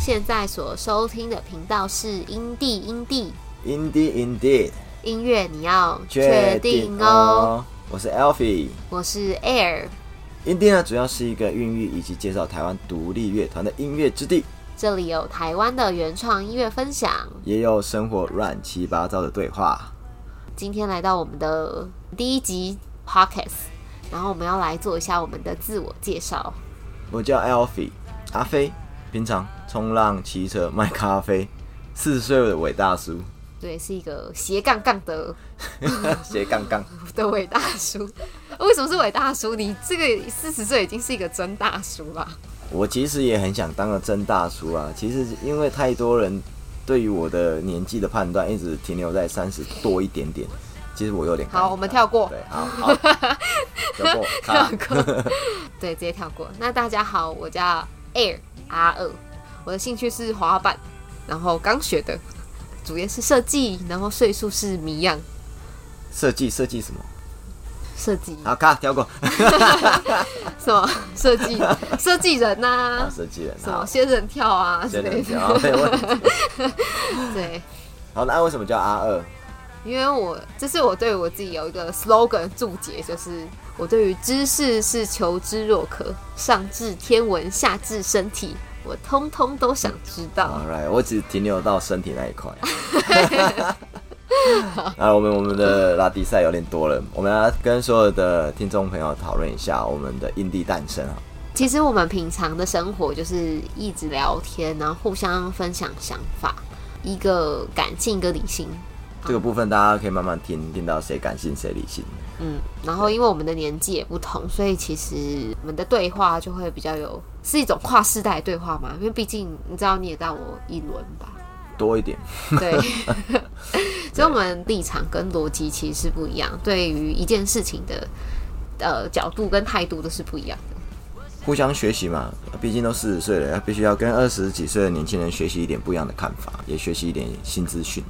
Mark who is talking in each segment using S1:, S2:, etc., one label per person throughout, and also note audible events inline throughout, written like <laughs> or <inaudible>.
S1: 现在所收听的频道是音地音地
S2: Indeed, indeed，
S1: 音乐，你要
S2: 确
S1: 确定哦。。
S2: 我是 Alfie。
S1: 我是 Air，
S2: Indeed 呢，主要是一个孕育以及介绍台湾独立乐团的音乐之地，
S1: 这里有台湾的原创音乐分享。
S2: 也有生活乱七八糟的对话。
S1: 今天来到我们的第一集 Podcast，然后我们要来做一下我们的自我介绍。
S2: 我叫 Alfie，阿飞，平常冲浪、骑车、卖咖啡，四十岁的伟大叔， <laughs>
S1: 对，是一个斜杠杠的
S2: 斜杠杠。
S1: 的伟大叔。 <laughs> 为什么是伟大叔？你这个四十岁已经是一个真大叔了。
S2: 我其实也很想当个真大叔啊，其实因为太多人对于我的年纪的判断一直停留在三十多一点点，其实我有点尴尬
S1: 好我们跳过
S2: 对，好，好，跳过，
S1: 跳
S2: 卡
S1: 过， <laughs> 对，直接跳过。那大家好，我叫 Air R 二，我的兴趣是滑板，然后刚学的，主业是设计，然后岁数是谜样
S2: 设计设计什么？
S1: 设计，
S2: 好，卡跳过，
S1: 什么 <laughs> 设计设计人呐、
S2: 好设计人，
S1: 什么
S2: 好，
S1: 仙人跳啊之
S2: 真
S1: 类
S2: 的
S1: 的，
S2: 好，没问题。
S1: 对。
S2: 好，那为什么叫 R 二？
S1: 因为我这是我对我自己有一个 slogan 注解，就是我对于知识是求知若渴，上至天文，下至身体，我通通都想知道。
S2: All right，我只停留到身体那一块。啊，我们我们的拉迪赛有点多了，我们要跟所有的听众朋友讨论一下我们的印地诞生啊。
S1: 其实我们平常的生活就是一直聊天，然后互相分享想法，一个感性，一个理性。
S2: 这个部分大家可以慢慢听，听到谁感性谁理性。
S1: 嗯，然后因为我们的年纪也不同，所以其实我们的对话就会比较有是一种跨世代的对话嘛。因为毕竟你知道，你也大我一轮吧。
S2: 多一点，
S1: 对，所以我们立场跟逻辑其实是不一样，对于一件事情的呃角度跟态度都是不一样的。
S2: 互相学习嘛，毕竟都四十岁了，必须要跟二十几岁的年轻人学习一点不一样的看法，也学习一点新资
S1: <laughs>
S2: 讯。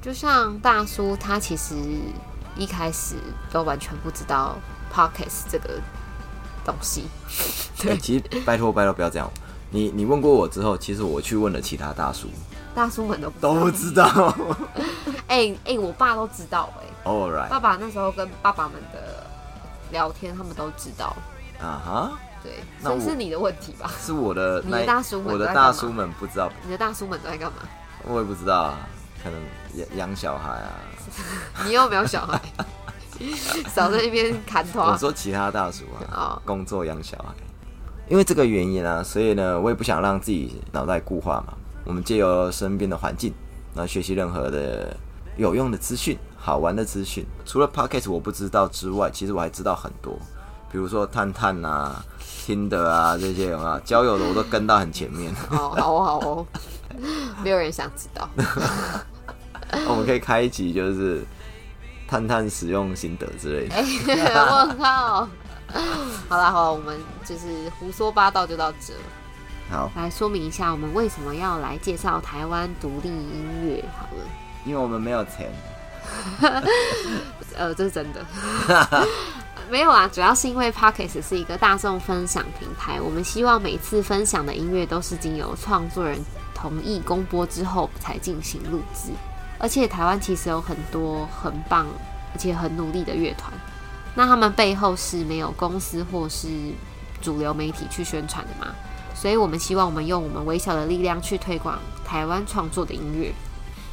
S1: 就像大叔，他其实一开始都完全不知道 podcast 这个东西，
S2: 对、哎其实拜托拜托不要这样。你你问过我之后，其实我去问了其他大叔，
S1: 大叔们都不知
S2: 都不知
S1: <laughs>
S2: 道。
S1: 哎哎、我爸都知道哎、
S2: All right，
S1: 爸爸那时候跟爸爸们的聊天，他们都知道，
S2: 啊哈，
S1: 对，
S2: 那
S1: 所以
S2: 我
S1: 是你的问题吧？
S2: 是我的
S1: 你的
S2: 那
S1: 大叔们
S2: 我的
S1: 都在干嘛
S2: 大叔们不知道，
S1: 你的大叔们都在干嘛？
S2: 我也不知道啊，可能养养小孩啊。
S1: 你又没有小孩，少在那边砍头
S2: 我
S1: 啊。
S2: 说其他大叔
S1: 哦
S2: 啊，工作养小孩，因为这个原因啊，所以呢，我也不想让自己脑袋固化嘛。我们借由身边的环境，然后学习任何的有用的资讯、好玩的资讯。除了 podcast 我不知道之外，其实我还知道很多，比如说探探啊、听的啊这些有没有交友的我都跟到很前面。
S1: 哦，好哦，好哦，没有人想知
S2: <laughs>
S1: 道。
S2: 我们可以开一集就是探探使用心得之类的。
S1: 问号。好啦好啦，我们就是胡说八道就到这。
S2: 好，
S1: 来说明一下，我们为什么要来介绍台湾独立音乐？好了，
S2: 因为我们没有钱。
S1: 呃，这是真的。没有啊，主要是因为 p o c k e t 是一个大众分享平台，我们希望每次分享的音乐都是经由创作人同意公播之后才进行录制。而且台湾其实有很多很棒而且很努力的乐团，那他们背后是没有公司或是主流媒体去宣传的嘛，所以我们希望我们用我们微小的力量去推广台湾创作的音乐。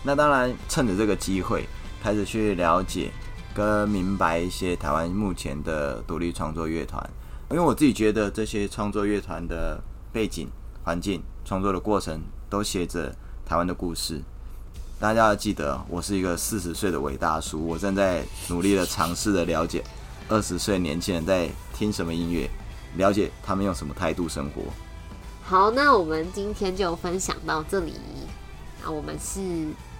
S2: 那当然，趁着这个机会，开始去了解跟明白一些台湾目前的独立创作乐团，因为我自己觉得这些创作乐团的背景、环境、创作的过程都写着台湾的故事。大家要记得，我是一个四十岁的伟大叔，我正在努力的尝试的了解二十岁年轻人在听什么音乐，了解他们用什么态度生活。
S1: 好，那我们今天就分享到这里。那我们是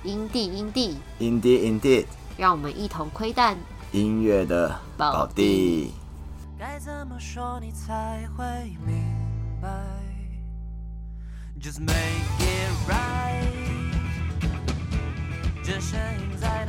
S1: 英帝英帝，
S2: Indeed, indeed，
S1: 让我们一同窥探。
S2: 音乐的
S1: 宝
S2: 宝
S1: 地
S2: 地。
S3: 该怎么说你才会明白？Just make it right。这声音在